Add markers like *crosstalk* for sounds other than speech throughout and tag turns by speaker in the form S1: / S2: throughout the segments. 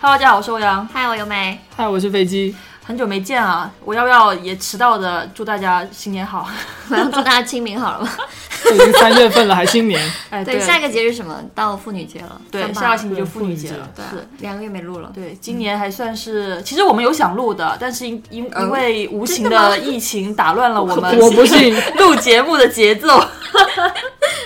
S1: Hello，大家好，我是欧阳，
S2: 嗨，我由美。
S3: 嗨，我是飞机。
S1: 很久没见啊，我要不要也迟到的祝大家新年好？ *laughs*
S2: 我要祝大家清明好了吗？
S3: 都已经三月份了，还新年，
S1: 哎，
S2: 对，下一个节日是什么？到妇女节了。
S1: 对
S2: 三八
S1: 下个星期就
S3: 对
S1: 妇女节
S3: 妇女节
S1: 了，
S2: 对啊
S1: 是。
S2: 两个月没录了。
S1: 对，今年还算是，其实我们有想录的，但是因因因为无情的疫情打乱了我们
S3: 我不信。
S1: *laughs* 录节目的节奏。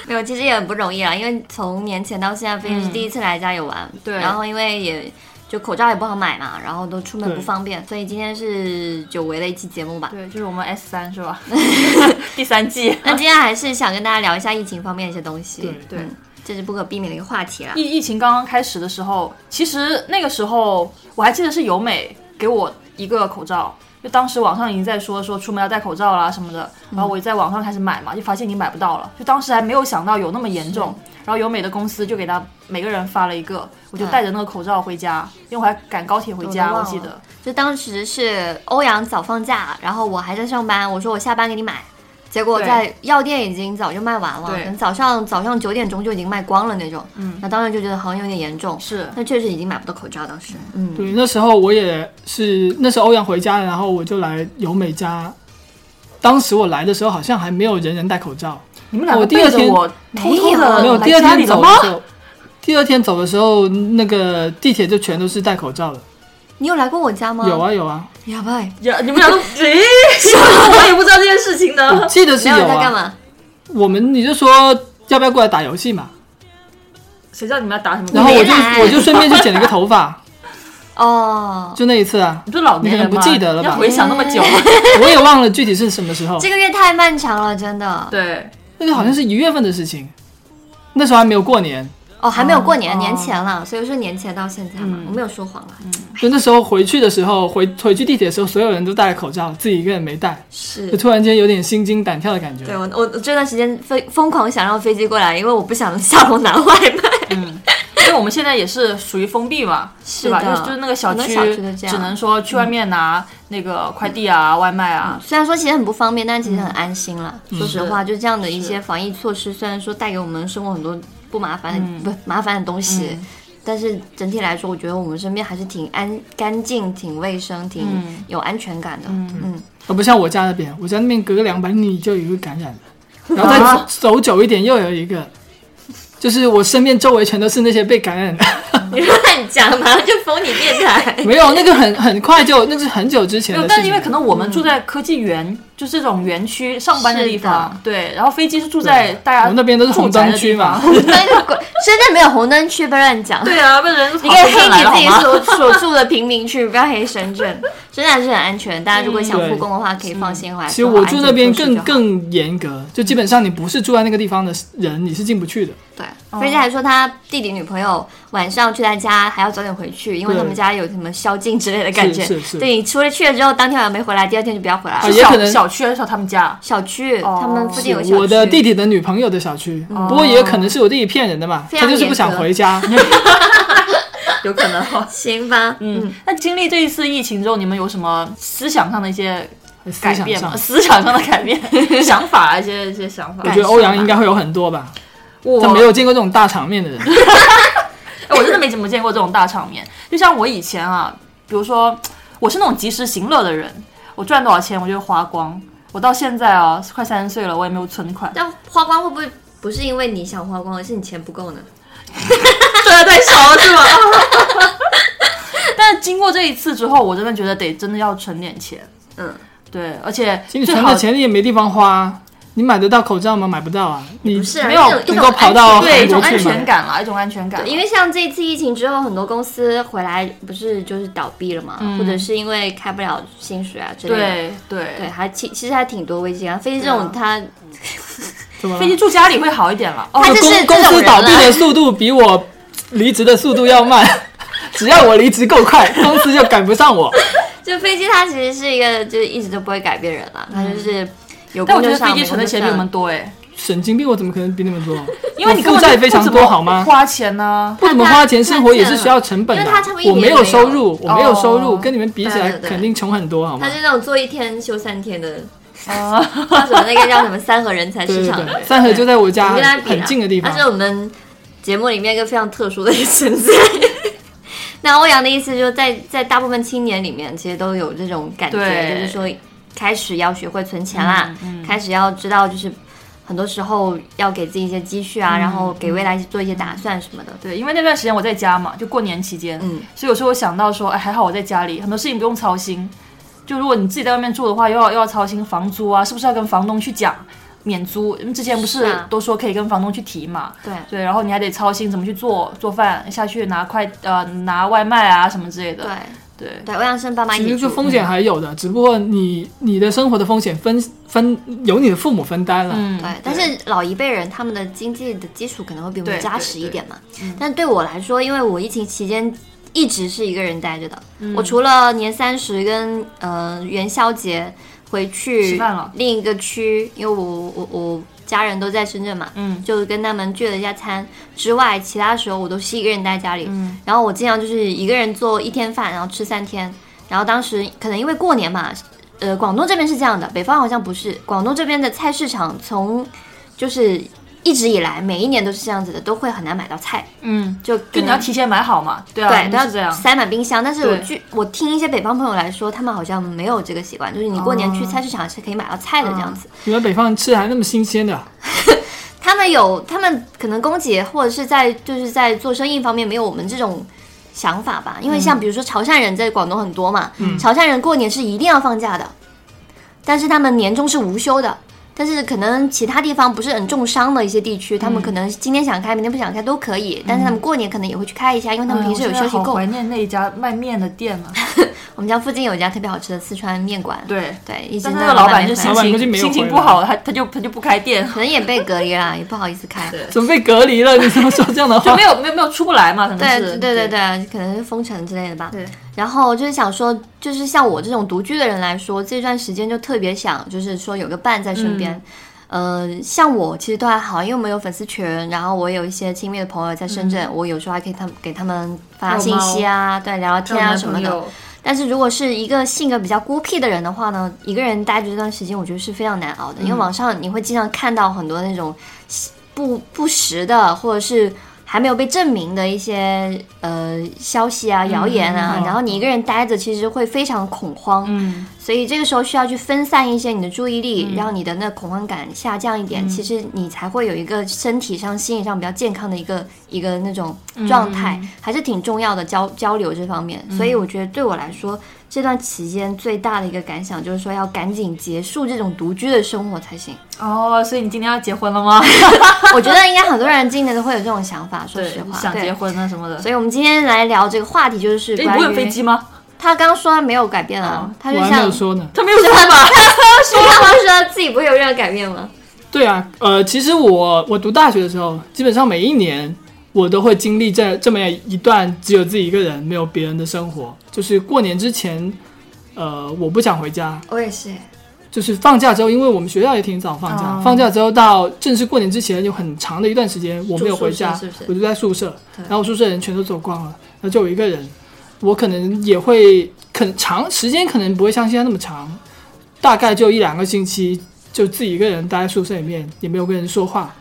S2: 没有，其实也很不容易啊，因为从年前到现在，飞机是第一次来家里玩。
S1: 对
S2: 然后因为也就口罩也不好买嘛，然后都出门
S3: 对
S2: 不方便，所以今天是久违的一期节目吧。
S1: 对，就是我们 S 三是吧？第三季
S2: 那今天还是想跟大家聊一下疫情方面的一些东西。
S3: 对
S1: 对
S2: 嗯这是不可避免的一个话题啦。
S1: 疫疫情刚刚开始的时候，其实那个时候我还记得是由美给我一个口罩，就当时网上已经在说说出门要戴口罩啦什么的，
S3: 嗯
S1: 然后我在网上开始买嘛，就发现已经买不到了，就当时还没有想到有那么严重。然后由美的公司就给他每个人发了一
S3: 嗯
S1: 个，我就戴着那个口罩回家，因为我还赶高铁回
S2: 我
S1: 家，
S2: 都
S1: 我
S2: 忘
S1: 记
S2: 了
S1: 得。
S2: 就当时是欧阳早放假，然后我还在上班，我说我下班给你买，结果
S1: 对
S2: 在药店已经早就卖完了，
S1: 对
S2: 可能早上早上九点钟就已经卖光了那种。
S1: 嗯
S2: 那当时就觉得好像有点严重，
S1: 是
S3: 哎
S2: 那确实已经买不到口罩，当时，嗯，
S3: 对，那时候我也是，那时候欧阳回家了，然后我就来由美家。当时我来的时候，好像还没有人人戴口罩。
S1: 你们两个
S3: 我第二
S1: 背着
S3: 天
S1: 我偷偷
S2: 没有
S1: 的
S3: 没有，
S1: 哦来
S3: 第二
S1: 家里
S3: 天
S1: 了
S3: 走
S1: 吗
S3: 的？时候，第二天走的时候，那个地铁就全都是戴口罩的。
S2: 你有来过我家吗？
S3: 有，啊有啊，
S2: 呀吧，没
S1: 呀， *laughs* 你们俩都诶，我也不知道这件事情
S3: 我
S1: 的。
S3: 记得是
S2: 有
S3: 有
S2: 人在干
S3: 啊。
S2: 嘛？
S3: 我们你就说要不要过来打游戏嘛，
S1: 谁知道你们要打什么工？
S3: 然后我
S2: 没
S3: 就
S2: 来
S3: 我就顺便就剪了个头发，
S2: 哦，
S3: 就那一次
S1: *laughs*
S3: 啊，
S1: 你不是老年人吗？
S3: 你可能不记得了吧
S1: 要回想那么久。啊
S3: 我也忘了具体是什么时候。
S2: 这个月太漫长了，真的。
S1: 对，
S3: 那个好像是一月份的事情，那时候还没有过年，
S2: 哦，还没有过年，
S1: 哦
S2: 年前了，所以说年前到现在嘛，
S1: 嗯
S2: 我没有说谎啊，
S3: 就那时候回去的时候，回回去地铁的时候，所有人都戴了口罩，自己一个人没戴，
S2: 是
S3: 就。突然间有点心惊胆跳的感觉。
S2: 对我，我这段时间疯疯狂想让飞机过来，因为我不想下楼拿外卖。
S1: 因为我们现在也是属于封闭嘛，
S2: 是
S1: 吧？
S2: 的
S1: 就就是那个小
S2: 很多
S1: 区
S2: 小区都这样
S1: 只能说去外面拿那个快递啊、外卖啊。
S2: 虽然说其实很不方便，但其实很安心啦。说实话，就这样的一些防疫措施，虽然说带给我们生活很多不麻烦的、不麻烦的东西，但是整体来说，我觉得我们身边还是挺安干净、挺卫生、挺
S1: 嗯
S2: 有安全感的。嗯，
S3: 而不像我家那边，我家那边隔个两百米就有一个感染的，然后再
S1: 啊
S3: 走走久一点又有一个，就是我身边周围全都是那些被感染的，
S2: *laughs*
S3: *laughs*
S2: 你乱讲，马上就封你电 *laughs* 台。
S3: 没有那个很很快就那个是很久之前
S1: 就
S3: 的事
S1: 但
S3: 情，
S1: 是因为可能我们住在科技园，就是这种园区上班的地
S2: 是
S1: 方
S2: 的，
S1: 对。然后飞机是住在大
S3: 我
S1: 家
S3: 们那边都是
S1: 住
S3: 红
S1: 宅
S3: 灯
S1: 的
S3: 区
S1: 地
S3: 嘛
S1: 方。，
S2: *laughs* 红灯鬼，深圳没有红灯区，不要乱讲。
S1: 对啊，被人
S2: 你
S1: 你
S2: 可以黑
S1: 来
S2: 你
S1: 了
S2: 自己
S1: 好吗？
S2: *laughs* 所所住的贫民区，不要黑深 *laughs* 圳。嗯深圳还是很安全，大家如果想复工的话，可以放心回来。
S3: 其实我住
S2: 做好安全
S3: 那边
S2: 措施
S3: 更
S2: 就好
S3: 更严格，就基本上你不是住在那个地方的人，你是进不去的。
S2: 对。飞机还说他弟弟女朋友晚上去他家还要早点回去，因为他们家有什么宵禁之类的感觉。
S3: 是是是
S2: 对你出了去了之后，当天晚上没回来，第二天就不要回来了。
S3: 啊也可
S1: 小
S3: 能
S1: 小区还是小他们家？
S2: 小区，
S1: 哦
S2: 他们附近有小区。哦
S3: 我的
S2: *laughs*
S3: 弟弟的女朋友的小区，不过也有可能是我弟弟骗人的嘛，
S2: 非常
S3: 他就是不想回家。
S1: 有可能。
S2: 行吧，，
S1: 嗯，那经历这一次疫情之后，你们有什么思想上的一些
S3: 思
S1: 改
S3: 想
S1: 变吗？
S3: 上，
S1: 思想上的改变，想法啊，一些一些想法
S3: 我。觉得欧阳应该会有很多吧，
S1: 我
S3: 他没有见过这种大场面的人。
S1: 哎，我真的没怎么见过这种大场面。就像我以前啊，比如说我是那种及时行乐的人，我赚多少钱我就花光。我到现在啊，快三十岁了，我也没有存款
S2: 但花光会不会不是因为你想花光，而是你钱不够呢？啊
S1: 赚的太少了
S2: *laughs*
S1: 是吧？ *laughs* 但是经过这一次之后，我真的觉得得真的要存点钱。
S2: 嗯，
S1: 对，而且
S3: 其实你
S1: 最
S3: 存
S1: 好
S3: 的钱你也没地方花，你买得到口罩吗？买不到啊，你
S2: 不是啊，
S1: 没有
S2: 一种一种
S3: 能够跑到
S2: 安
S1: 对
S2: 全
S3: 韩
S1: 一种
S3: 国
S1: 安
S3: 去
S1: 全
S3: 吗？
S1: 感啦，一种安全感。
S2: 因为像这一次疫情之后，很多公司回来不是就是倒闭了嘛，或者是因为开不了薪水啊之类的。
S1: 对对，
S2: 嗯对，还其其实还挺多危机啊。飞机这
S1: 对
S2: 种
S1: 啊
S2: 它，
S3: 怎么
S1: 飞
S3: 了
S1: 机？住家里会好一点了。哦，
S2: 他
S3: 公
S2: 就是这种
S3: 公司
S2: 人
S3: 倒闭
S2: 了
S3: 的速度比我离职的速度要慢，只要我离职够快，公司就赶不上我。
S2: 就飞机它其实是一个，就是一直都不会改变人了，它就是有
S1: 嗯但我觉
S2: 工就
S1: 得
S2: 上，
S1: 飞机
S2: 没
S1: 存的
S2: 工就
S1: 钱比我
S2: 上
S1: 们多哎，
S3: 神经病，我怎么可能比你们多？
S1: 因为你根
S3: 我负
S1: 本
S3: 债
S1: 就
S3: 非
S1: 不
S3: 常
S1: 怎
S3: 多
S1: 么
S3: 好吗
S1: 花钱呢？ *laughs*
S3: 不怎么花钱，
S2: 他他
S3: 生活也是需要成本的。
S2: 因为他差不多一
S3: 我
S2: 年
S3: 没
S2: 没有
S3: 有收入，我没有收入，
S1: 哦
S3: 跟你们比起
S2: 对
S3: 来
S2: 对，对
S3: 肯定穷很多，好吗
S2: 它？是那种做一天休三天的，
S1: 啊， *laughs*
S2: 叫什么那个叫什么三和人才
S3: 对
S2: 市
S3: 对
S2: 场，
S3: 对，三河就在我
S2: 我
S3: 家
S2: 们跟啊它比啦
S3: 很近的地方
S2: 它。是我们节目里面一个非常特殊的一个存在。那欧阳的意思就是在在大部分青年里面，其实都有这种感觉，
S1: 对嗯
S2: 就是说开始要学会存钱啦，开始要知道就是很多时候要给自己一些积蓄
S1: 嗯
S2: 啊，然后给未来做一些打算什么的。
S1: 对，因为那段时间我在家嘛，就过年期间，
S2: 嗯，
S1: 所以有时候我想到说，哎，还好我在家里，很多事情不用操心。就如果你自己在外面住的话，又要又要操心房租啊，是不是要跟房东去讲免租？因为之前不
S2: 是
S1: 是
S2: 啊
S1: 都说可以跟房东去提嘛，
S2: 对
S1: 对，然后你还得操心怎么去做做饭，下去拿快呃拿外卖啊什么之类的，
S2: 对
S1: 对对
S2: 对，欧阳生爸妈一
S3: 其
S2: 起
S3: 实这
S2: 住，
S3: 风险还有的，只不过你你的生活的风险分分由你的父母分担了。
S1: 嗯
S2: 对，但是老一辈人他们的经济的基础可能会比我们
S1: 对
S2: 扎实一点嘛。但对我来说，因为我疫情期间一直是一个人待着的，
S1: 嗯
S2: 我除了年三十跟呃元宵节回
S1: 吃
S2: 去
S1: 饭了
S2: 另一个区，因为我我我家人都在深圳嘛，
S1: 嗯
S2: 就跟他们聚了一下餐之外，其他时候我都是一个人待家里。
S1: 嗯
S2: 然后我经常就是一个人做一天饭，然后吃三天。然后当时可能因为过年嘛，呃，广东这边是这样的，北方好像不是。广东这边的菜市场从就是一直以来每一年都是这样子的，都会很难买到菜，
S1: 嗯，
S2: 就
S1: 就
S2: 可
S1: 你
S2: 能
S1: 要提前买好嘛，对啊，
S2: 对
S1: 都
S2: 都要
S1: 是这样，
S2: 塞满冰箱。但是我
S1: 对
S2: 据我听一些北方朋友来说，他们好像没有这个习
S1: 哦
S2: 惯，就是你过年去菜市场是可以买到菜的这样子。
S3: 你们北方吃的还那么新鲜的，
S2: 他们有，他们可能供给或者是在就是在做生意方面没有我们这种想法吧，因为
S1: 嗯
S2: 像比如说潮汕人在广东很多嘛，潮汕人过年是一定要放假的，但是他们年终是无休的。但是可能其他地方不是很重商的一些地区，他们
S1: 嗯
S2: 可能今天想开，明天不想开都可以。但是他们过年可能也会去开一下，因为他们
S1: 哎
S2: 平时有休
S1: 我
S2: 息
S1: 现在好
S2: 够。
S1: 怀念那一家卖面的店啊，
S2: 我们家附近有一家特别好吃的四川面馆， *laughs*
S1: 对。
S2: 对，一直
S1: 但是那个老板就
S2: 没回
S1: 心
S2: 来
S3: 老板估计
S1: 情
S3: 没有
S1: 心情
S3: 回
S1: 不
S3: 来
S1: 好，他他就他就不开店，
S2: 可能也被隔离啦，也不好意思开。
S1: 对
S3: 怎么被隔离了？你怎么说这样的
S1: *laughs* 就
S3: 话
S1: 没？有没有没有出不来嘛，可能
S2: 对
S1: 是
S2: 对对对，可能是封城之类的吧。
S1: 对
S2: 然后就是想说，就是像我这种独居的人来说，这段时间就特别想，就是说有个伴在
S1: 嗯
S2: 身边。呃，像我其实都还好，因为我们有粉丝群，然后我有一些亲密的朋友在深
S1: 嗯
S2: 圳，我有时候还可以他们给他们发
S1: 遛
S2: 信息啊，对，聊聊
S1: 像
S2: 天
S1: 我
S2: 啊
S1: 男
S2: 什么
S1: 朋
S2: 的。
S1: 友
S2: 但是如果是一个性格比较孤僻的人的话呢，一个人待着这段时间，我觉得是非常难熬的，
S3: 嗯
S2: 因为网上你会经常看到很多那种不不实的，或者是还没有被证明的一些呃消息啊、谣言啊，
S3: 嗯
S2: 然后你一个人待着，其实会非常恐慌，
S1: 嗯，
S2: 所以这个时候需要去分散一些你的注意力，让你的那恐慌感下降一点，其实你才会有一个身体上、心理上比较健康的一个一个那种状态，还是挺重要的交交流这方面。所以我觉得对我来说，这段期间最大的一个感想就是说，要赶紧结束这种独居的生活才行。
S1: 哦，所以你今天要结婚了吗？
S2: 我觉得应该很多人今年都会有这种想法，
S1: *laughs*
S2: 说
S1: 对
S2: 实，话，
S1: 想
S2: 对
S1: 结。婚啊什么的。
S2: 所以，我们今天来聊这个话题，就是
S1: 哎，你
S2: 关
S1: 不
S2: 于
S1: 会有飞机吗？
S2: 他刚刚说他没有改变啊，他就
S3: 我还没
S2: 像
S3: 有说呢。
S1: 他没有说
S2: *laughs*
S1: 吧？
S2: 是 *laughs* 他刚刚说自己不会有任何改变吗？
S3: 对啊，呃，其实我我读大学的时候，基本上每一年我都会经历这这么一段只有自己一个人没有别人的生活，就是过年之前，呃，我不想回家，
S2: 我也是，
S3: 就是放假之后，因为我们学校也挺早放假，
S1: 哦
S3: 放假之后到正式过年之前有很长的一段时间我没有回家，
S1: 住宿舍是不是
S3: 我就在宿舍，
S2: 对
S3: 然后宿舍人全都走光了，然后就我一个人，嗯我可能也会可能长时间可能不会像现在那么长，大概就一两个星期，就自己一个人待在宿舍里面，也没有跟人说话。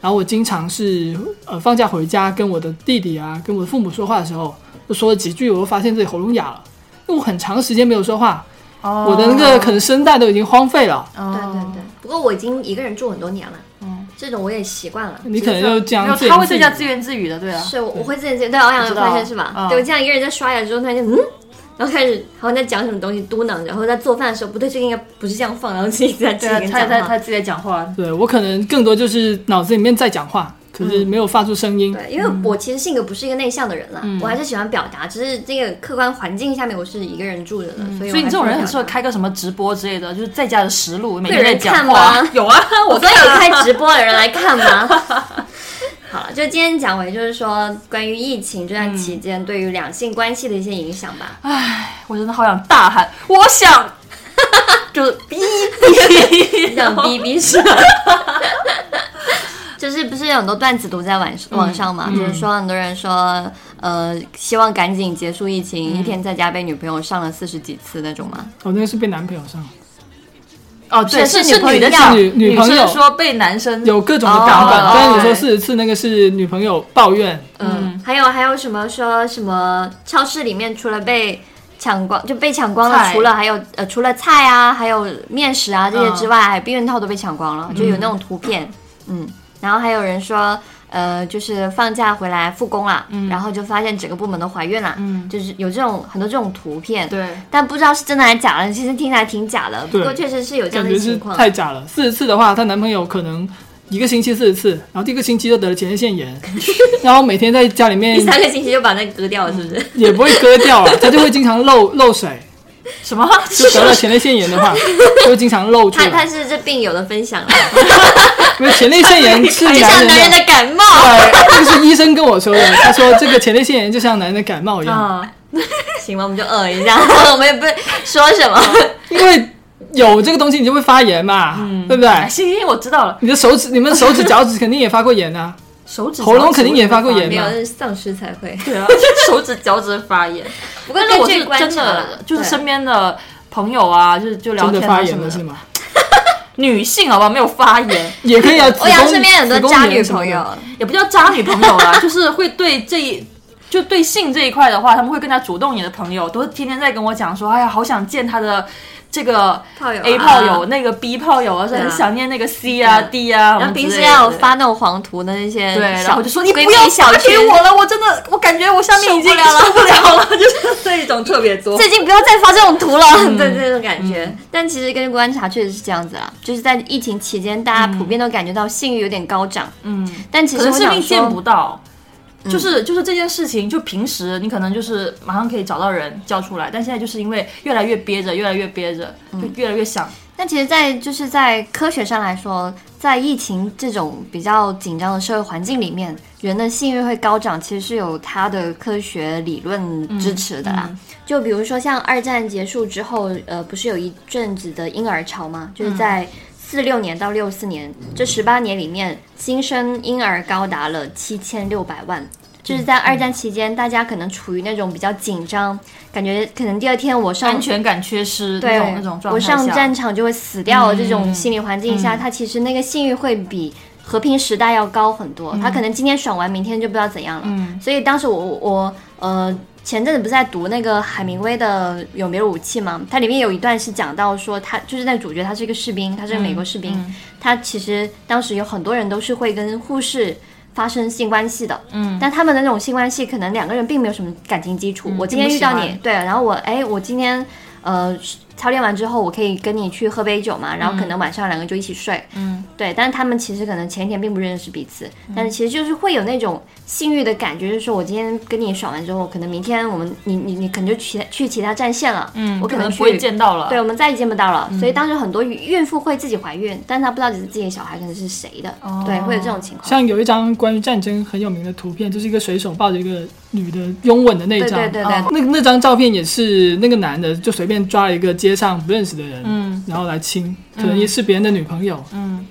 S3: 然后我经常是呃放假回家跟我的弟弟啊，跟我的父母说话的时候，就说了几句，我就发现自己喉咙哑了，因为我很长时间没有说话，
S1: 哦
S3: 我的那个可能声带都已经荒废了。
S2: 对
S1: 哦
S2: 对对。不过我已经一个人住很多年了，
S1: 嗯
S2: 这种我也习惯了。
S3: 你可能
S2: 只是
S3: 就
S2: 说
S3: 这样
S1: 没有，
S3: 自言
S1: 他会
S3: 自
S1: 在
S3: 语
S1: 家自言自语的，对啊。
S2: 是我我会自己对欧阳有发现是吧？
S1: 嗯
S2: 对我这样一个人在刷牙之后，突然就嗯，然后开始好像在讲什么东西嘟囔，然后在做饭的时候不对，这个应该不是这样放，然后自己在自
S1: 对
S2: 己
S1: 啊，
S2: 跟
S1: 他
S2: 讲
S1: 他
S2: 话。
S1: 他自己在讲话，
S3: 对我可能更多就是脑子里面在讲话，可
S1: 嗯
S3: 是没有发出声音。
S2: 对，因为我其实性格不是一个内向的人啦，
S1: 嗯
S2: 我还是喜欢表达，只是这个客观环境下面我是一个人住着的，所
S1: 嗯
S2: 以
S1: 所以你这种人很适合
S2: 开。
S1: 开个什么直播之类的，就是在家的实录，每
S2: 会
S1: 天
S2: 有
S1: 在
S2: 人
S1: 讲
S2: 看
S1: 话
S2: 吗。
S1: 有啊，
S2: *laughs* 我
S1: 我
S2: 所以
S1: 看啊
S2: 开直播的人来看吧。好了，就今天讲回就是说关于疫情
S1: 嗯
S2: 这段期间对于两性关系的一些影响吧。
S1: *laughs* 我真的好想大喊，我
S2: *laughs*
S1: 想，就是哔哔，
S2: 想
S1: *laughs*
S2: 逼逼是吧？就是不是有很多段子读在网网上嘛？就是说很多人说，呃，希望赶紧结束疫
S3: 哦
S2: 情，一天在家被女朋友上了四十几次那种嘛。
S3: 我、那个是被男朋友上了，
S1: 哦，对，
S2: 是
S1: 是
S2: 是女朋
S1: 女
S2: 友
S1: 的讲，
S3: 女女朋友
S1: 生说被男生
S3: 有各种的打
S1: 哦哦
S3: 板。
S1: 哦
S3: 但你说
S1: 对
S3: 四十次那个是女朋友抱怨，
S2: 嗯，还有还有什么说什么超市里面除了被抢光就被抢光了，
S1: 菜
S2: 除了还有呃除了菜啊，还有面食啊这些之
S1: 嗯
S2: 外，还避孕套都被抢光了，就有那种图片，嗯，然后还有人说。呃，就是放假回来复工啦，然后就发现整个部门都怀孕啦，
S1: 嗯
S2: 就是有这种很多这种图片，
S1: 对，
S2: 但不知道是真的还是假的，其实听起来挺假的，不
S3: 对
S2: 过确实是有这样
S3: 感
S2: 的
S3: 觉
S2: 情
S3: 是
S2: 况，
S3: 太假了。四十次的话，她男朋友可能一个星期四十次，然后第一个星期就得了前列腺炎，
S2: *laughs*
S3: 然后每天在家里面
S2: 第三个星期就把那个割掉了，是不是？
S3: 也不会割掉啊，她就会经常漏漏水。
S1: 什么？
S3: 就得了前列腺炎的话，就会经常漏出
S2: 他他
S3: 来，
S2: 是这病友的分
S3: *laughs*
S2: 享了，
S3: 因为前列腺炎
S2: *laughs*
S3: 是
S2: 就像
S3: 男
S2: 男人
S3: 啊人的。
S2: 的感
S3: *laughs* 啊
S2: 冒。
S3: 对，这个是医生跟我说的。他说这个前列腺炎就像男人的感冒一样，
S1: 啊，
S2: *laughs* 行吧，我们就嗯一下，我们也不说什么。
S3: 因为有这个东西你就会发炎嘛，对不对？
S1: 哎 *laughs* 行行，行我知道了，
S3: 你的手指、你们手指、脚趾肯定也发过炎 *laughs* 啊，
S1: 手指
S3: 喉咙肯定也发过炎
S2: 没
S3: 嘛
S2: 有，那是丧尸才会。
S1: 对 *laughs* 啊，手指脚趾发炎。
S2: 不
S1: 但是我是真的，就是身边的朋友啊，就是就聊
S3: 真的
S1: 天
S3: 发
S1: 啊什
S3: 炎
S1: 么
S3: 了
S1: 的，
S3: 是吗？
S1: 女性好吧，没有发炎， *laughs*
S3: 也 *laughs* 可以啊。子
S2: 欧阳
S3: 宫
S2: 身边很多
S3: 子宫
S2: 渣
S3: 炎
S2: 女
S3: 什么
S2: 朋
S3: 的
S2: 友，
S1: 也不叫渣女朋友啦， *laughs* 就是会对这一。就对性这一块的话，他们会更加主动一点的朋友，都是天天在跟我讲说，哎呀，好想见他的这个
S2: 炮友啊
S1: A 炮友，那个 B 炮友，而且
S2: 对啊
S1: 很想念那个 C 啊、
S2: 对啊
S1: D 啊。
S2: 然后平时
S1: 要
S2: 要发那种黄图的那些
S1: 对，然后
S2: 小
S1: 我就说你不
S2: 闺
S1: 要
S2: 蜜小
S1: 发
S2: 群
S1: 给。我了，我真的，我感觉我下面已经
S2: 受不了了
S1: 受不了了，就是这一种特别多。
S2: *laughs* 最近不要再发这种图了， *laughs* 对这种感
S1: 嗯
S2: 觉。但其实根据观察，确实是这样子啦，就是在疫情期间，大家普遍都感觉到性欲有点高涨，
S1: 嗯，
S2: 但其
S1: 可
S2: 实
S1: 能
S2: 我
S1: 是
S2: 想
S1: 命见不
S2: 说，
S1: 到，
S3: 嗯
S1: 就是就是这件事情，就平时你可能就是马上可以找到人叫出来，但现在就是因为越来越憋着，越来越憋着，
S3: 嗯
S1: 就越来越想。
S2: 但其实在，就是在科学上来说，在疫情这种比较紧张的社会环境里面，人的性欲会高涨，其实是有它的科学理论
S1: 嗯
S2: 支持的啦。就比如说像二战结束之后，呃，不是有一阵子的婴儿潮吗？就是
S1: 嗯
S2: 在四六年到六四年、这十八年里面，新生婴儿高达了七千六百万。
S1: 嗯
S2: 就是在二战期间，大家可能处于那种比较紧张，感觉可能第二天我上
S1: 安全感缺失
S2: 对
S1: 那种那种状
S2: 我
S1: 态下，
S2: 上战场就会死掉的这种
S1: 嗯
S2: 心理环境下，他其实那个性欲会比和平时代要高很多。他可能今天爽完，明天就不知道怎样了。
S1: 嗯
S2: 所以当时我我我呃。前阵子不是在读那个海明威的《有没有武器》吗？它里面有一段是讲到说他就是那主角，他是一个士兵，他是个美国士
S1: 嗯
S2: 兵，他其实当时有很多人都是会跟护士发生性关系的，嗯，但他们的那种性关系可能两个人并没有什么感情基础。我今天
S1: 并不
S2: 遇到
S1: 喜欢
S2: 你，对，然后我哎，我今天呃操练完之后，我可以跟你去喝杯酒嘛，然后可能晚上两个人就一起睡，
S1: 嗯，
S2: 对，但是他们其实可能前一天并不认识彼此，但是其实就是会有那种性欲的感觉，就是说我今天跟你爽完之后，可能明天我们你你你可能就去去其他战线了，嗯我
S1: 可
S2: 可
S1: 能
S2: 能
S1: 不会
S2: 去
S1: 见到了。
S2: 对，我们再也见不到了。所
S3: 嗯
S2: 以当时很多孕妇会自己怀孕，但是她不知道自己的小孩可能是谁的，对，会有这种情况。
S3: 哦像有一张关于战争很有名的图片，就是一个水手抱着一个女的拥吻的那一张，
S2: 对对对对
S3: 哦那那张照片也是那个男的就随便抓了一个街上不认识的人，嗯，然后来亲，可能也是别人的女朋友，
S1: 嗯，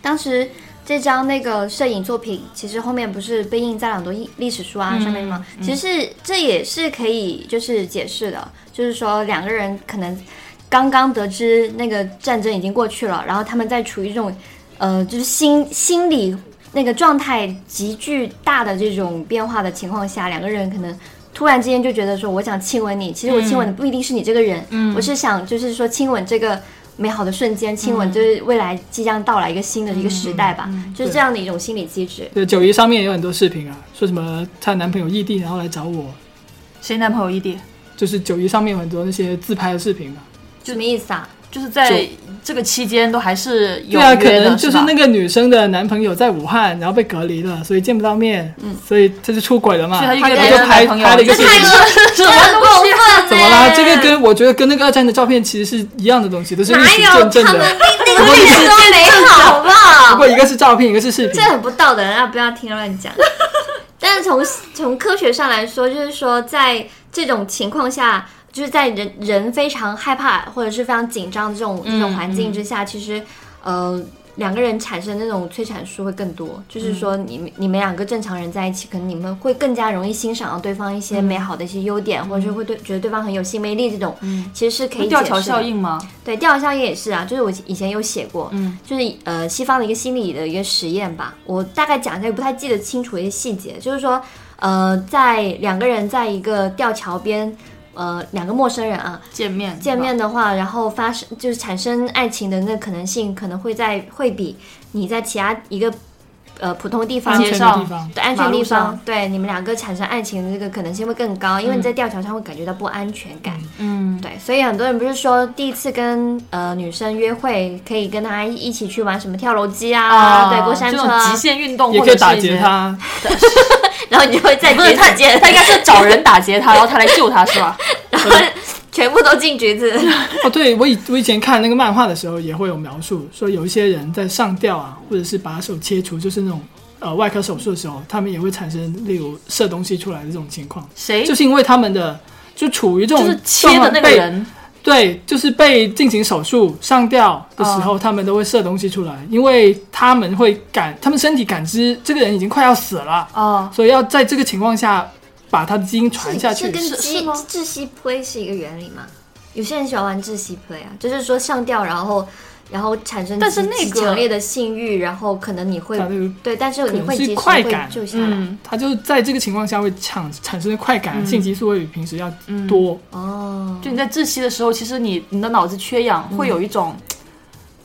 S2: 当时这张那个摄影作品，其实后面不是被印在了很多历历史书啊
S1: 嗯
S2: 上面吗？其实这也是可以就是解释的，就是说两个人可能刚刚得知那个战争已经过去了，然后他们在处于这种呃就是心心理那个状态急剧大的这种变化的情况下，两个人可能。突然之间就觉得说，我想亲吻你。其实我亲吻
S1: 嗯
S2: 的不一定是你这个人，我是想就是说亲吻这个美好的瞬间，亲吻就是未来即将到来一个新的一个时代吧，就是这样的一种心理机制。
S3: 对，九一上面也有很多视频啊，说什么她男朋友异地，然后来找我，
S1: 谁男朋友异地？
S3: 就是九一上面有很多那些自拍的视频嘛。
S2: 什么意思啊？
S1: 就是在这个期间都还是有
S3: 对啊，可
S1: 约的
S3: 能就是
S1: 吧
S3: 那个女生的男朋友在武汉，然后被隔离了，所以见不到面，所以她就出轨了嘛。
S1: 所以
S3: 她
S1: 嗯他就
S2: 她
S1: 跟
S2: 就
S1: 别的
S3: 就拍
S1: 男朋友
S3: 拍了一个
S1: 这
S3: 视
S1: 太
S3: 频。
S1: 恶心了，什么东西？
S2: 分
S3: 怎么啦？这个跟我觉得跟那个二战的照片其实是一样的东西，都是历
S2: 哪
S3: 史
S2: 有
S3: 见证
S2: 他
S3: 的
S2: 们。那那个历史都美好好不
S3: 不
S2: 好？
S3: 过一个是照片，一个是视频
S2: 这。很不道德，大家不要听乱讲。 *laughs* 但是从从科学上来说，就是说在这种情况下，
S1: 嗯
S2: 就是在人人非常害怕或者是非常紧张的这种这种环境之下，其实呃，两个人产生那种催产素会更多，就是说
S1: 嗯
S2: 你们、你们两个正常人在一起，可能你们会更加容易欣赏对方一些
S1: 嗯
S2: 美好的一些优点，或者是会对觉得对方很有性魅力这种，其实是可以
S1: *laughs* 嗯吊
S2: 解
S1: 桥
S2: 释
S1: 效
S2: 的
S1: 应吗？
S2: 对，吊桥效应也是啊，就是我以前有写过，嗯，就是呃西方的一个心理的一个实验吧，我大概讲一下，也不太记得清楚一些细节，就是说，呃，在两个人在一个吊桥边，呃，两个陌生人啊，
S1: 见面
S2: 见面的话，然后发生就是产生爱情的那可能性，可能会在会比你在其他一个呃普通地方
S3: 安全
S1: 街
S3: 的地
S1: 上
S3: 方，
S2: 对安全
S1: 马
S2: 地
S1: 路
S2: 方
S1: 上，
S2: 对你们两个产生爱情的这个可能性会更高，因为你在吊桥上会感觉到不安全感。
S1: 嗯，
S2: 对，所以很多人不是说第一次跟呃女生约会，可以跟她一起去玩什么跳楼机啊，对，过山
S1: 哦这
S2: 车
S1: 种
S2: 啊
S1: 极，限运动，
S3: 也
S1: 或
S3: 可
S1: 者
S3: 以打
S1: 是一
S3: 劫
S1: 些。
S3: 他，
S2: 然后你就会
S1: *laughs*
S2: 在
S1: 不是
S2: 橘
S1: 他
S2: 子街，
S1: 他应该是找人打劫他，然后他来救他是
S3: *laughs*
S1: 吧？
S2: 全部都进橘
S1: *laughs*
S2: 子。
S3: 哦，对我以我以前看那个漫画的时候，也会有描述说，有一些人在上吊啊，或者是把手切除，就是那种呃外科手术的时候，他们也会产生例如射东西出来的这种情况，
S1: 谁
S3: 就是因为他们的就处于这种
S1: 就是切的那
S3: 状况
S1: 个
S3: 被，
S1: 人，
S3: 对，就是被进行手术上吊的时
S1: 哦
S3: 候，他们都会射东西出来，因为他们会感，他们身体感知这个人已经快要死了，
S1: 哦，
S3: 所以要在这个情况下把他的基因传下去
S2: 是，跟
S1: 是是
S2: 窒
S1: 吗
S2: 窒息 play 是一个原理吗？有些人喜欢玩窒息 play 啊，就是说上吊，然后然后产生
S1: 但是
S2: 极
S1: 那
S2: 极
S1: 个
S2: 强烈的性欲，然后可能你会
S3: 把这个
S2: 对，但是你
S3: 可
S2: 会
S3: 能是
S2: 及时
S3: 快
S2: 会
S3: 感
S2: 救下来。
S1: 嗯，
S3: 他就在这个情况下会产产生的快感，性激素会比平时要
S1: 嗯
S3: 多。
S2: 哦，
S1: 就你在窒息的时候，其实你你的脑子缺氧，会有一种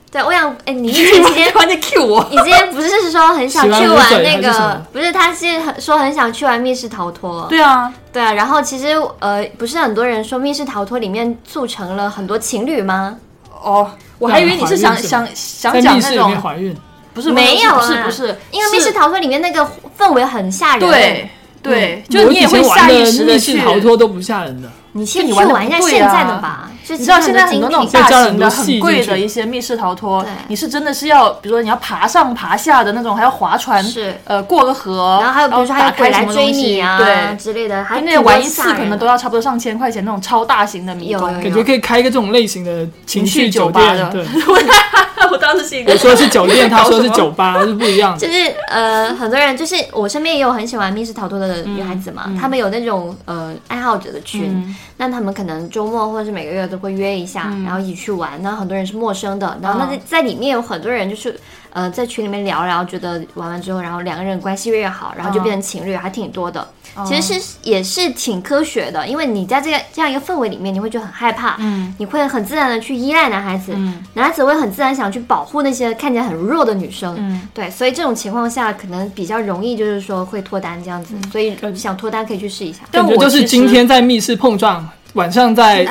S2: 对，我想，哎，嗯 *laughs* 你疫情期
S1: *laughs*
S2: 间
S1: 突然间 Q 我，
S2: 你今天不是说很想去
S3: 喜欢
S2: 玩
S3: 乌贼
S2: 那
S3: 还是什么
S2: 个？不是，他是很说很想去玩密室逃脱。
S1: 对啊，
S2: 对啊，然后其实呃，不是很多人说密室逃脱里面促成了很多情侣吗？
S1: 哦，我还以为你是想
S3: 怀孕是吧
S1: 想想
S3: 在
S1: 讲
S3: 密室
S1: 那
S3: 里
S1: 种，
S3: 面怀孕，
S1: 不是
S2: 没有
S1: 不
S2: 啊，
S1: 是不是，
S2: 因为密室
S1: 是
S2: 逃脱里面那个氛围很吓人。
S1: 对对，就
S3: 嗯我
S1: 你也
S3: 以前
S1: 会
S3: 玩
S1: 下意识
S3: 的
S1: 地
S3: 密
S1: 去啊
S3: 室逃脱都不吓人的，
S2: 你先
S1: 就
S2: 去
S1: 你玩得
S2: 玩一下
S1: 不对
S2: 现在的
S1: 啊
S2: 吧，就
S1: 你知道现在很
S2: 很
S1: 多
S2: 多
S1: 那种
S3: 再
S1: 大
S3: 加了
S1: 型
S3: 很
S1: 的、
S3: 多
S1: 很
S3: 戏
S1: 贵
S3: 进去
S1: 的一些密室逃脱
S2: 对，
S1: 你是真的是要，比如说你要爬上爬下的那种，还要划船，
S2: 是
S1: 呃，过个河，
S2: 然后还有比如说还有
S1: 打开
S2: 鬼来
S1: 什么
S2: 追
S1: 东西
S2: 你啊
S1: 对，
S2: 之类的，还
S1: 就
S2: 挺
S1: 那
S2: 多
S1: 玩一次
S2: 吓
S1: 可
S2: 人
S1: 能
S2: 的
S1: 都要差不多上千块钱那种超大型的迷
S2: 有
S1: 宫
S2: 有。
S3: 感觉可以开一个这种类型的情绪酒
S1: 情趣
S3: 店
S1: 酒吧。
S3: 对，
S1: *laughs* 我当时是一
S3: 我
S1: 个
S3: 说是酒店，他说是
S1: *laughs* 搞什么
S3: 酒吧，是不一样的。
S2: 就是呃，很多人就是我身边也有很喜欢密室逃脱的女孩子嘛，她们有那种呃爱好者的群，那她们可能周末或者是每个月都会约一下，然后一起去玩。那很多人是陌生的，然后那在在里面有很多人就是呃在群里面聊，然后觉得玩完之后，然后两个人关系越来越好，然后就变成情侣，还挺多的。其实是也是挺科学的，因为你在这个这样一个氛围里面，你会觉得很害怕，嗯，你会很自然的去依赖男孩子，男孩子会很自然想去保护那些看起来很弱的女生，嗯，对，所以这种情况下可能比较容易就是说会脱单这样子，所以想脱单可以去试一下。
S1: 但
S3: 感觉
S1: 我
S3: 就是
S1: 其
S3: 今
S1: 实
S3: 天在密室碰撞，晚上在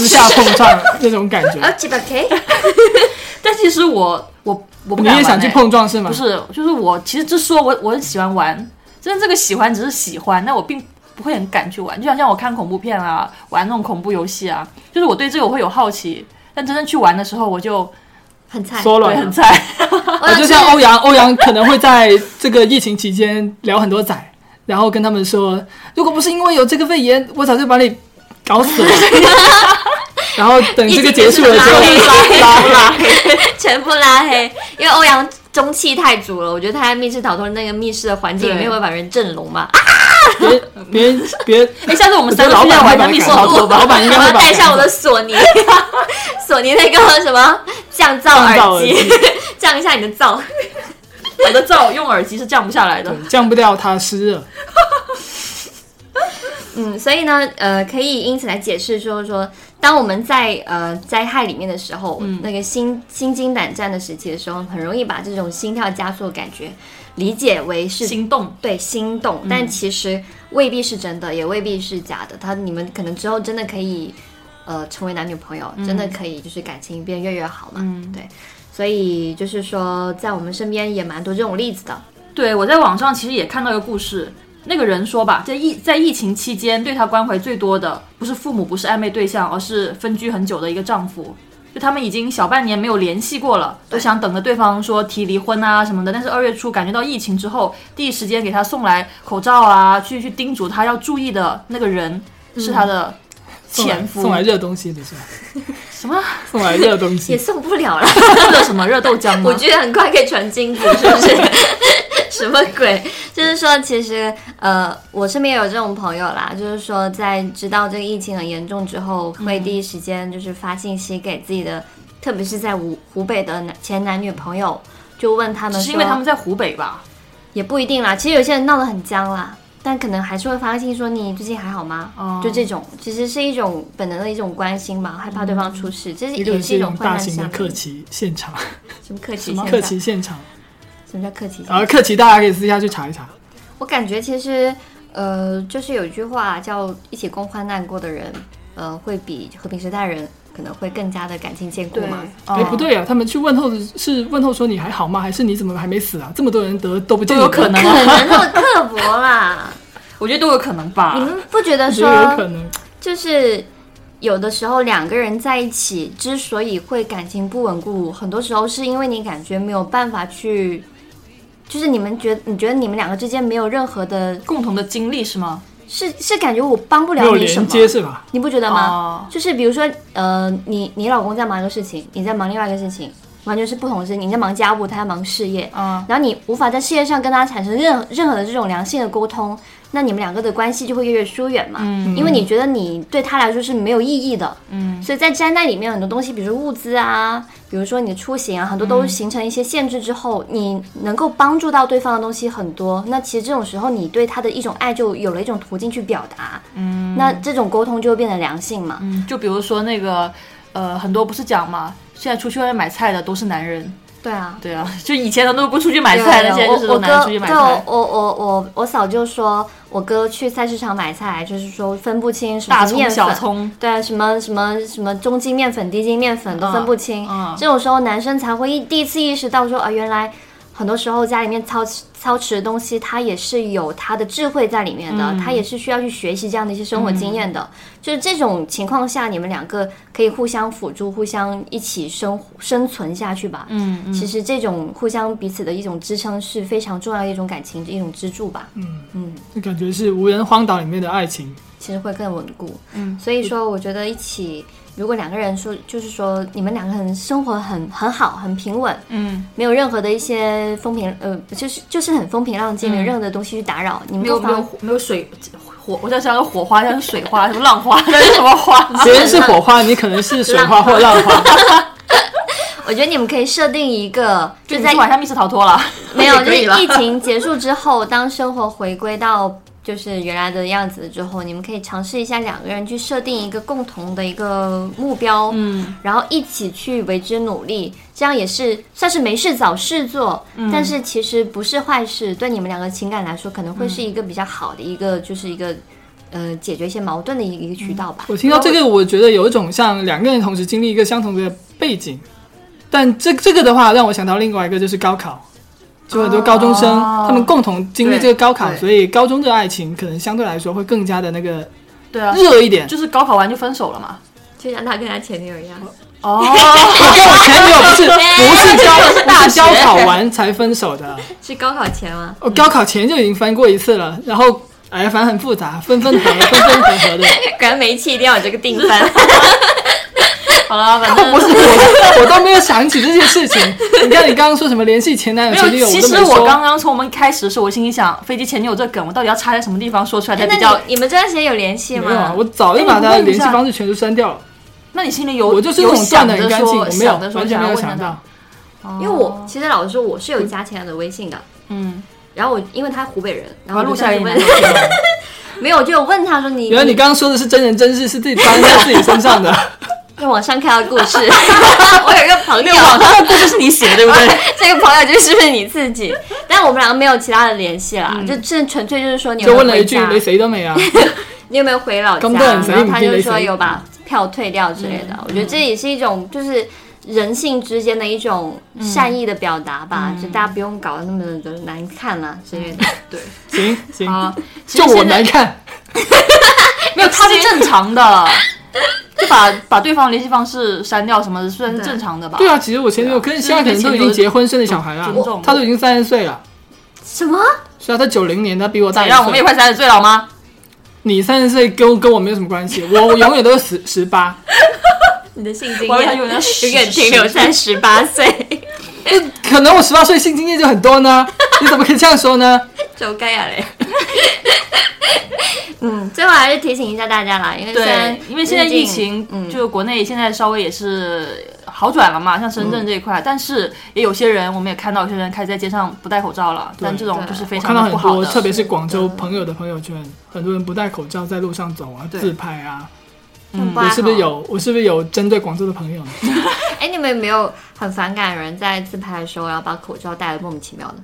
S3: 私下碰撞那种感
S1: *laughs* 呃
S3: 觉。
S2: 几百 K，
S1: 但其实我我我不
S3: 你
S1: 敢
S3: 也
S1: 玩
S3: 想去
S1: 欸
S3: 碰撞是吗？
S1: 不是，就是我其实之说我我很喜欢玩，真的这个喜欢只是喜欢，但我并不会很敢去玩。就像像我看恐怖片啊，玩那种恐怖游戏啊，就是我对这个我会有好奇，但真正去玩的时候我就
S2: 很菜。
S3: 说
S1: 对
S3: 了，
S1: 很菜。
S2: 我
S3: 我就像
S2: 是
S3: 欧阳，欧阳可能会在这个疫情期间聊很多仔，然后跟他们说，如果不是因为有这个肺炎，我早就把你搞死了。然后等这个结束了之后，
S2: 疫情
S3: 拉拉拉黑。
S2: *laughs* 全部拉黑，因为欧阳中气太足了，我觉得他在密室逃脱那个密室的环境里面
S1: 对
S2: 会把人震聋嘛。
S3: 别别别，
S1: 哎，下次我
S3: 我
S1: 们三
S3: 觉得
S1: 个
S3: 老
S1: 去
S3: 板
S1: 玩
S3: 会
S1: 一下
S3: 把
S1: 密室
S3: 赶
S1: 逃
S3: 跑
S1: 脱
S3: 的，
S1: 吧
S3: 老。板
S2: *laughs*
S3: 应
S2: 我
S3: 该
S2: 要
S3: 会把
S2: 带上我
S3: 赶
S2: 的索尼，索尼那个什么降噪
S3: 降噪
S2: 耳
S3: 耳
S2: 机
S3: 机，
S2: 降一下你的噪。
S1: 我的噪用耳机是降不下来的。
S3: 跑降不掉他湿热。
S2: 嗯，所以呢，呃，可以因此来解释说说，当我们在呃灾害里面的时候，那个心心惊胆战的时期的时候，很容易把这种心跳加速的感觉理解为是
S1: 心动，
S2: 对心动，但其实未必是真的，也未必是假的。他你们可能之后真的可以，呃，成为男女朋友，真的可以就是感情变越来越好嘛。对，所以就是说，在我们身边也蛮多这种例子的。
S1: 对我在网上其实也看到一个故事，那个人说吧，在疫在疫情期间对他关怀最多的不是父母，不是暧昧对象，而是分居很久的一个丈夫。就他们已经小半年没有联系过了，都想等着对方说提离婚啊什么的。但是二月初感觉到疫情之后，第一时间给他送来口罩啊，去去叮嘱他要注意的那个人是他的前夫，
S3: 送来热东西的时候，
S1: 什么
S3: 送来热东
S2: 也
S3: 西，
S2: 送不了了。
S1: 热什么热豆浆吗？
S2: *laughs* 我觉得很快可以传金子，是不是？什么鬼？就是说，其实呃，我身边也有这种朋友啦，就是说，在知道这个疫情很严重之后，会第一时间就是发信息给自己的，特别是在湖湖北的男前男女朋友，就问他们
S1: 只
S2: 说，
S1: 嗯是因为他们在湖北吧？
S2: 也不一定啦。其实有些人闹得很僵啦，但可能还是会发信息说你最近还好吗？
S1: 哦
S2: 就这种，其实是一种本能的一种关心吧，害怕对方出事，这是
S3: 一个
S2: 也是一种患
S3: 嗯大
S2: 难
S3: 型
S2: 相
S3: 的
S2: 依。
S3: 客骑现场，
S2: 什么客气？
S3: 客啊骑现场，
S2: 什么叫客气？
S3: 然后客骑大家可以私下去查一查。
S2: 我感觉其实，呃，就是有一句话叫“一起共患难过的人，呃，会比和平时代人可能会更加的感情坚固嘛。
S3: 哎，
S1: 哦
S3: 不，对啊，他们去问候的是问候说你还好吗？还是你怎么还没死啊？这么多人得都不见
S1: 都
S3: 你
S1: 有可能
S2: 可
S1: 啊，
S2: 能那么刻薄
S3: *laughs*
S2: 啦，
S1: 我觉得都有可能吧
S2: 你。们不觉得
S3: 我觉得有
S2: 说
S3: 可
S1: *laughs*
S3: 能。
S2: 就是？有的时候两个人在一起之所以会感情不稳固，很多时候是因为你感觉没有办法去，就是你们觉你觉得你们两个之间没有任何的，
S1: 共同的经历是吗？
S2: 是是感觉我帮不
S3: 没
S2: 了
S3: 有
S2: 你什
S3: 连
S2: 么，
S3: 接是吧？
S2: 你不觉得吗？
S1: 哦
S2: 就是比如说，呃，你你老公在忙一个事情，你在忙另外一个事情，完全是不同的事情。你在忙家务，他在忙事业，
S1: 嗯，
S2: 然后你无法在事业上跟他产生任任何的这种良性的沟通，那你们两个的关系就会越来越疏远嘛。嗯，因为你觉得你对他来说是没有意义的。嗯，所以在灾难里面很多东西，比如说物资啊，比如说你的出行啊，很多都形成一些限制之后，你能够帮助到对方的东西很多。那其实这种时候，你对他的一种爱就有了一种途径去表达。嗯，那这种沟通就会变得良性嘛。
S1: 嗯就比如说那个，呃，很多不是讲嘛，现在出去外面买菜的都是男人，
S2: 对啊。
S1: 对啊， *laughs* 就以前他们都不出去买
S2: 对啊
S1: 菜的，
S2: 我
S1: 现在就是
S2: 我
S1: 都男人
S2: 哥
S1: 出去买
S2: 对我
S1: 菜，
S2: 我我我我嫂就说，我哥去菜市场买菜，就是说分不清什
S1: 大
S2: 么面
S1: 葱小
S2: 粉。
S1: 葱，
S2: 对啊，什么什么什么中筋面粉、低筋面粉都分不清，
S1: 嗯嗯
S2: 这种时候男生才会一第一次意识到说啊，原来很多时候家里面操持操持的东西，它也是有它的智慧在里面的，
S1: 嗯
S2: 他也是需要去学习这样的一些生活经验的。就是这种情况下，你们两个可以互相辅助，互相一起生活生存下去吧。
S1: 嗯，
S2: 其实这种互相彼此的一种支撑是非常重要的一种感情一种支柱吧。
S3: 嗯
S2: 嗯，
S3: 那感觉是无人荒岛里面的爱情。
S2: 其实会更稳固。
S1: 嗯，
S2: 所以说我觉得一起，如果两个人说，就是说你们两个人生活很很好，很平稳，
S1: 嗯，
S2: 没有任何的一些风平呃，就是就是很风平浪静，
S1: 嗯
S2: 没有任何的东西去打扰，你们
S1: 没有
S2: 不
S1: 没有
S2: 妨。
S1: 火没有水火，我在想火花，像是水花，什么浪花， *laughs* 像是什么
S2: *laughs*
S1: 花？
S3: 别人是火花，你可能是水花或浪花。
S2: 我觉得你们可以设定一个，
S1: 就
S2: 就
S1: 你
S2: 在
S1: 去晚上密室逃脱了，
S2: *laughs* 没有，
S1: *laughs* 也
S2: 就
S1: 可
S2: 是
S1: 以了
S2: 疫情结束之后，当生活回归到就是原来的样子之后，你们可以尝试一下两个人去设定一个共同的一个目标，嗯，然后一起去为之努力，这样也是算是没事找事做，但是其实不是坏事，对你们两个情感来说，可能会是一个比较好的一个，就是一个呃解决一些矛盾的一个渠道吧。
S3: *laughs* 我听到这个，我觉得有一种像两个人同时经历一个相同的背景，但这这个的话让我想到另外一个就是高考，就很多高中生、
S1: 哦
S3: 他们共同经历这个高考，
S1: 对对
S3: 所以高中的爱情可能相对来说会更加的那个
S1: 对啊，
S3: 热一点。
S1: 就是高考完就分手了
S2: *laughs*
S1: 嘛。
S2: 就像他跟他前女友一样， *laughs*
S1: 哦，
S3: *laughs* 我前女友
S1: *laughs*
S3: 不是不是高不是高考完才分手的，
S2: 是高考前吗？ *laughs*
S3: 我高考前就已经分过一次了，然后哎反正很复杂，分分合合分分合合的。
S2: 果然煤气一定要有这个定番。
S1: 好了，反正
S3: 不是我，我都没有想起这件事情。你看你刚刚说什么联系前男友、前女
S1: 没有。
S3: 友，
S1: 其
S3: 都
S1: 实
S3: 没
S1: 我
S3: 说。
S1: 刚刚从我们开始的时候，我心里想，飞机前女友这个梗，我到底要插在什么地方说出来才
S2: 哎那
S1: 比较？
S2: 你你们这段时间有联系
S3: 没
S2: 吗？
S3: 有啊，我早就
S1: 哎
S3: 把他的联系方式全都删掉了。
S1: 那你心里有
S3: 我就是那
S1: 有
S3: 种断
S1: 想
S3: 的
S1: 着
S3: 很干净，
S1: 说，
S3: 我没有
S1: 想着说
S3: 完全
S1: 想
S3: 没
S1: 要
S3: 有
S1: 问他嗯
S3: 想到。
S2: 因为
S3: 哦
S2: 我其实老实说，我是有加前男友的微信的。
S1: 嗯，
S2: 然后我因为他湖北人，
S1: 然
S2: 然后
S3: 哦
S1: 后
S2: 我
S1: 录
S2: 就
S1: 下来
S2: 上
S1: 你
S2: 去
S1: 男友，
S2: 问
S1: 听了
S2: 没有，我就有问他说你
S3: 原来你刚刚说的是真人真事，是自己发生在自己
S1: *laughs*
S3: 身上的。
S2: 在网上看到故
S3: *laughs*
S2: 事，我有一个朋友，
S1: 网上的故事是你写的，对不对？
S2: 这个朋友就是不是你自己？ *laughs* 但我们两个没有其他的联系啦，就这纯粹就是说你有
S3: 嗯就
S2: 没有
S3: 问了一
S2: 回
S3: 句
S2: 家，，
S3: 你谁都
S1: *laughs*
S3: 没啊？
S2: 你有没有回老家？
S3: 咁多人死
S2: 然后他
S3: 唔知
S2: 就
S3: 你
S2: 说
S3: 死
S2: 有把票退掉之类的。
S3: 嗯
S2: 我觉得这也是一种就是人性之间的一种
S3: 嗯
S2: 善意的表达吧，就大家不用搞得那么的难看啦之类的。
S3: 嗯
S1: 对，
S3: 行行，
S1: *laughs* 啊，
S3: *laughs* 就我难看。
S1: 没有，他是正常的， *laughs* 就把把对方联系方式删掉什么的，算是正常的吧？
S3: 对啊，其实我前女友跟现在可能都已经结婚生了小孩
S1: 尊重
S3: 了
S1: 我，
S3: 她都已经三十岁了。
S2: *laughs* 什么？
S3: 虽然她九零年，她比我大
S1: 咋哎
S3: 一
S1: 样？我们也
S3: 岁。
S1: 快三十岁了好吗？
S3: 你三十岁跟我跟我没有什么关系，我我永远都是十十八。
S2: 你的性经
S1: 我以为他
S2: 验
S1: 有点
S2: 永远停留在十八岁，
S3: 可能我十八岁性经验就很多呢，你怎么可以这样说呢？
S2: *laughs* 就该呀
S1: *laughs*
S2: 嘞。嗯，最后还是提醒一下大家啦，因为虽然
S1: 对，因为现在
S2: 最近
S1: 疫情，
S2: 嗯，
S1: 就国内现在稍微也是好转了嘛，像深
S3: 嗯
S1: 圳这一块，但是也有些人，我们也看到有些人开始在街上不戴口罩了，但这种就是非
S3: 我看
S1: 常
S3: 到
S1: 的
S3: 很
S1: 不好
S3: 多，特
S1: 的。
S3: 别是广州朋友的朋友圈，很多人不戴口罩在路上走啊，
S4: 对
S3: 自拍啊。
S1: 嗯
S2: 很不
S3: 我
S2: 爱
S3: 是不是
S2: 好？
S3: 有？我是不是有针对广州的朋友呢？
S2: 哎，你们有没有很反感有人在自拍的时候，然后把口罩戴的莫名其妙的？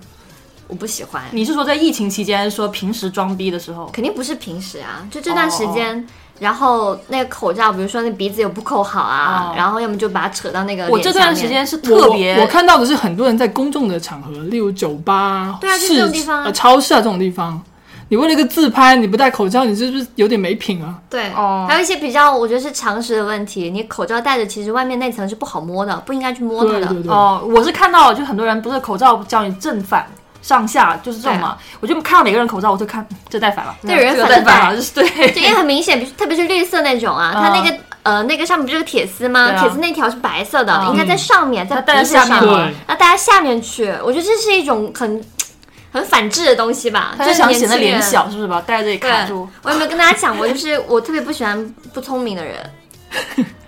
S2: 我不喜欢，
S1: 你是说在疫情期间说平时装逼的时候？
S2: 肯定不是平时啊，就这段时
S1: 哦
S2: 间。然后那个口罩，比如说那鼻子也不扣好啊，
S1: 哦
S2: 然后要么就把它扯到那个
S1: 我
S2: 脸
S1: 这
S2: 下
S1: 段
S2: 面
S1: 时间是
S3: 我
S1: 特别
S3: 我，我看到的是很多人在公众的场合，例如酒吧、啊
S2: 对啊就是
S3: 市
S2: 这种地方啊
S3: 呃、超市啊这种地方，你为了一个自拍，你不戴口罩，你是不是有点没品啊？
S2: 对，
S1: 哦
S2: 还有一些比较，我觉得是常识的问题。你口罩戴着，其实外面那层是不好摸的，不应该去摸它
S3: 对
S2: 的。
S3: 对对，
S1: 哦、我是看到就很多人不是口罩叫你正反上下就是这种嘛，我就看到每个人口罩我就看这戴反了，
S2: 对有啊人
S1: 这个
S2: 反着
S1: 戴反
S2: 戴
S1: 了，就是对。
S2: 这也很明显，比如特别是绿色那种啊，它
S1: 嗯
S2: 那个呃那个上面不是有铁丝吗？
S1: 对啊
S2: 铁丝那条是白色的，
S1: 嗯
S2: 应该在上面，在
S1: 它戴在
S2: 鼻子
S1: 下面
S2: 上，
S3: 嘛对
S2: 那戴在下面去。我觉得这是一种很很反制的东西吧，
S1: 他
S2: 就
S1: 就是想
S2: 年
S1: 显得
S2: 轻
S1: 脸
S2: 人。
S1: 小，是不是吧？戴在这里
S2: 对
S1: 卡住，， *laughs*
S2: 我有没有跟大家讲过？就是我特别不喜欢不聪明的人，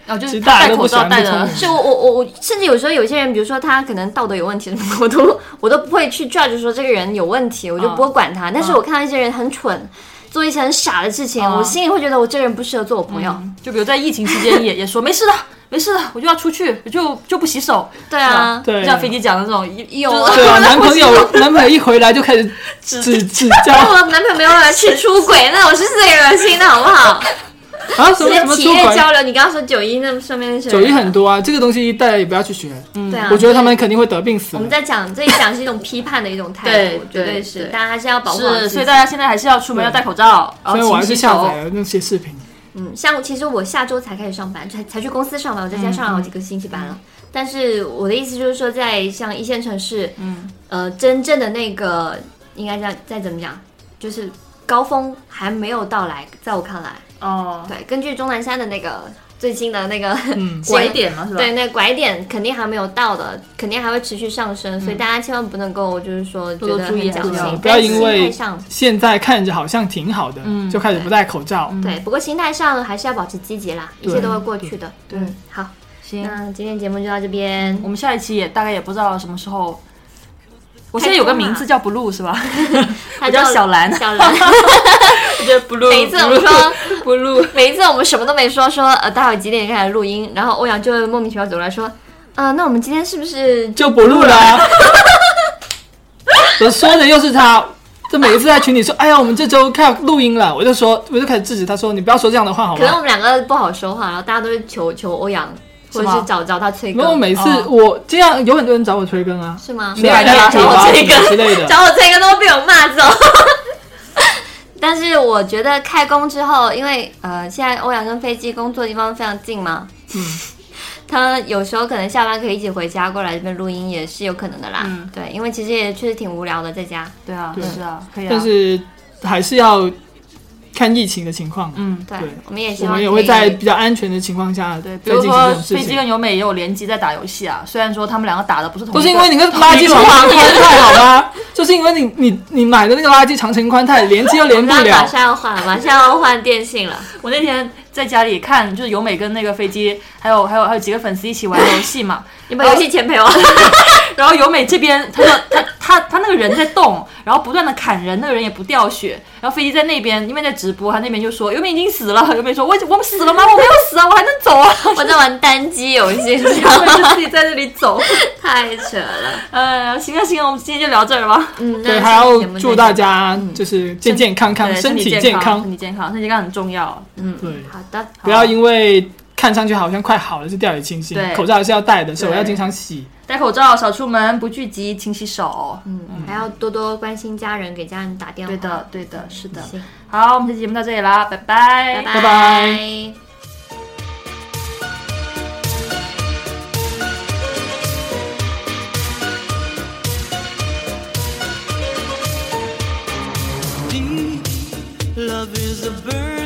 S1: 然后就
S3: 其
S1: 是
S3: 实
S1: 他
S3: 大家
S1: 戴
S3: 都
S1: 口
S3: 不喜
S1: 罩
S3: 欢
S1: 戴
S3: 不
S1: 的
S3: 聪明
S2: 就我我我我，甚至有时候有些人，比如说他可能道德有问题什么，我都我都不会去 judge 说这个人有问题，我就
S3: 嗯
S2: 不会管他。但是我看到一些人很蠢，做一些很傻的事情，
S1: 嗯
S2: 我心里会觉得我这个人不适合做我朋友。
S3: 嗯
S1: 就比如在疫情期间也 *laughs* 也说没事的，没事的，我就要出去，我就就不洗手，
S2: 对啊，
S1: 就
S3: 对
S1: 像飞机讲的那种一
S2: 有
S1: 就是
S2: 啊
S3: 对啊，男朋友男朋友一回来就开始指指教
S2: 我男朋友没有来去出轨，那我是最恶心的好不好？
S3: 啊，什么什
S2: 这
S3: 么
S2: 企
S3: 出
S2: 业
S3: 轨。
S2: 交流，你刚刚说九一那上面那些
S3: 九一很多啊，这个东西大家也不要去学。
S2: 对啊，
S3: 我觉得他们肯定会得病死
S2: 我们
S3: 的。
S2: 在讲这一讲是一种批判的一种态度
S1: 对，
S2: 绝
S1: 对
S2: 是，
S1: 对
S2: 大家还是要保护好自
S1: 是，
S2: 己。
S1: 所以大家现在还是要出门
S3: 对
S1: 要戴口罩，然
S3: 所以
S1: 后
S3: 我
S1: 勤
S3: 还
S1: 洗
S3: 是下
S1: 手
S3: 载。了那些视频。
S2: 嗯，像其实我下周才开始上班，才才去公司上班，我在
S1: 嗯
S2: 家上了好几个星期班了。但是我的意思就是说，在像一线城市，
S1: 嗯，
S2: 呃，真正的那个应该叫再怎么讲，就是高峰还没有到来，在我看来，
S1: 哦，
S2: 对，根据钟南山的那个最新的那个 *laughs*
S3: 嗯，
S1: 拐点嘛是吧？
S2: 对，那拐点肯定还没有到的，肯定还会持续上升，所以大家千万不能够就是说觉
S1: 嗯多多
S2: 得
S1: 注意啊
S2: 很
S1: 还是
S2: 侥
S1: 要
S2: 幸，
S3: 不要
S2: 但是
S3: 因
S2: 心
S3: 为
S2: 态上
S3: 现在看着好像挺好的，
S1: 嗯
S3: 就开始不戴口罩。
S2: 对，嗯不过心态上还是要保持积极啦，一切
S3: 对
S2: 都会过去的。
S1: 对
S2: 嗯，好，
S1: 行，
S2: 那今天节目就到这边
S1: 我。们下一期也大概也不知道什么时候。我
S3: 啊
S1: 现在有个名字叫 Blue 是
S3: *laughs*
S1: 吧？
S2: 他
S1: 我叫小兰
S2: 小
S1: *laughs*
S2: 兰。
S1: 我觉得 Blue
S2: 每一次我们说，
S3: *laughs*
S1: Blue，
S2: 每一次我们什么都没说，说呃，待会儿几点开始录音，然后欧阳就会莫名其妙走过来说，呃，那我们今天是不是
S3: 就不录了啊、我说的又是他，这每一次在群里说：“哎呀，我们这周开始录音了。”我就说，我就开始制止他说：“你不要说这样的话，好
S2: 可能我
S3: 吗
S2: 们两个不好说话，然后大家都是求求欧阳，或者
S1: 是
S2: 是
S1: 吗
S2: 找找他催？”
S3: 然后
S2: 更，
S3: 每次
S1: 哦
S3: 我这样，有很多人找我催更啊，
S2: 是吗？
S1: 没有人
S3: 来
S1: 找
S3: 酒
S1: 我
S3: 吧
S2: 催更
S3: 之类
S2: *laughs*
S3: 的。
S2: 找我催更都被我骂走。 *laughs* 但是我觉得开工之后，因为呃，现在欧阳跟飞机工作地方非常近嘛，
S3: 嗯
S2: 他有时候可能下班可以一起回家过来这边录音，也是有可能的啦。
S1: 嗯
S2: 对，因为其实也确实挺无聊的，在家。
S1: *laughs* 对啊，
S3: 对
S1: 是啊，可以啊。
S3: 但是还是要看疫情的情况，
S1: 嗯，
S2: 对，
S3: 对
S2: 我们也希
S3: 我
S2: 望
S3: 们也
S2: 可
S3: 会
S2: 以
S3: 在比较安全的情况下
S1: 对，比
S3: 再
S1: 如
S3: 进行这
S1: 说
S3: 种事
S1: 飞机
S3: 情。
S1: 跟由美也有联机在打游戏啊，虽然说他们两个打的不是同一个，
S3: 都是因为你跟垃圾长城宽带好吗？就是因为你你你买的那个垃圾长城宽带连接又连不
S2: 那马
S3: 了，
S2: 上要换，马上要换电信了。
S1: 我那天在家里看，就是由美跟那个飞机，还有还有还有几个粉丝一起玩游戏嘛。 *laughs*
S2: 你把游戏哦钱
S3: *laughs*
S2: 赔我。
S1: 然后由美这边，她就她她她那个人在动，然后不断的砍人，那个人也不掉血。然后飞机在那边，因为在直播，她那边就说由美已经死了。由美说我已经我们死了吗？我没有死啊，我还能走啊。
S2: 我在玩单机游戏，你知道
S1: 然后就
S2: 吗？
S1: 自己在那里走。
S2: 太扯
S3: *laughs*
S2: 了。
S1: *laughs* 呃，行了行了，我们今天就聊这儿 *laughs* 吧。
S2: 嗯，
S3: 对，
S2: 那
S3: 还要
S2: 今天节目
S3: 祝
S2: 就
S3: 大
S2: 这样。
S3: 家就是健健康康，
S1: 嗯对，
S3: 身
S1: 体
S3: 体
S1: 健
S3: 康
S1: 身。体健康，嗯身体健康很重要。
S3: 对，
S2: 好的，
S3: 不要因为看上去好像快好了就掉以轻心
S1: 对，
S3: 口罩还是要戴的，手
S1: 对
S3: 要经常洗。
S1: 戴口罩，少出门，不聚集，勤洗手。
S2: 嗯，还要多多关心家人，给家人打电话。
S1: 对的，对的，是的。
S2: 行，
S1: 好，我们这期节目到这里啦，拜拜，
S2: 拜
S3: 拜拜
S5: deep. Love is a burning.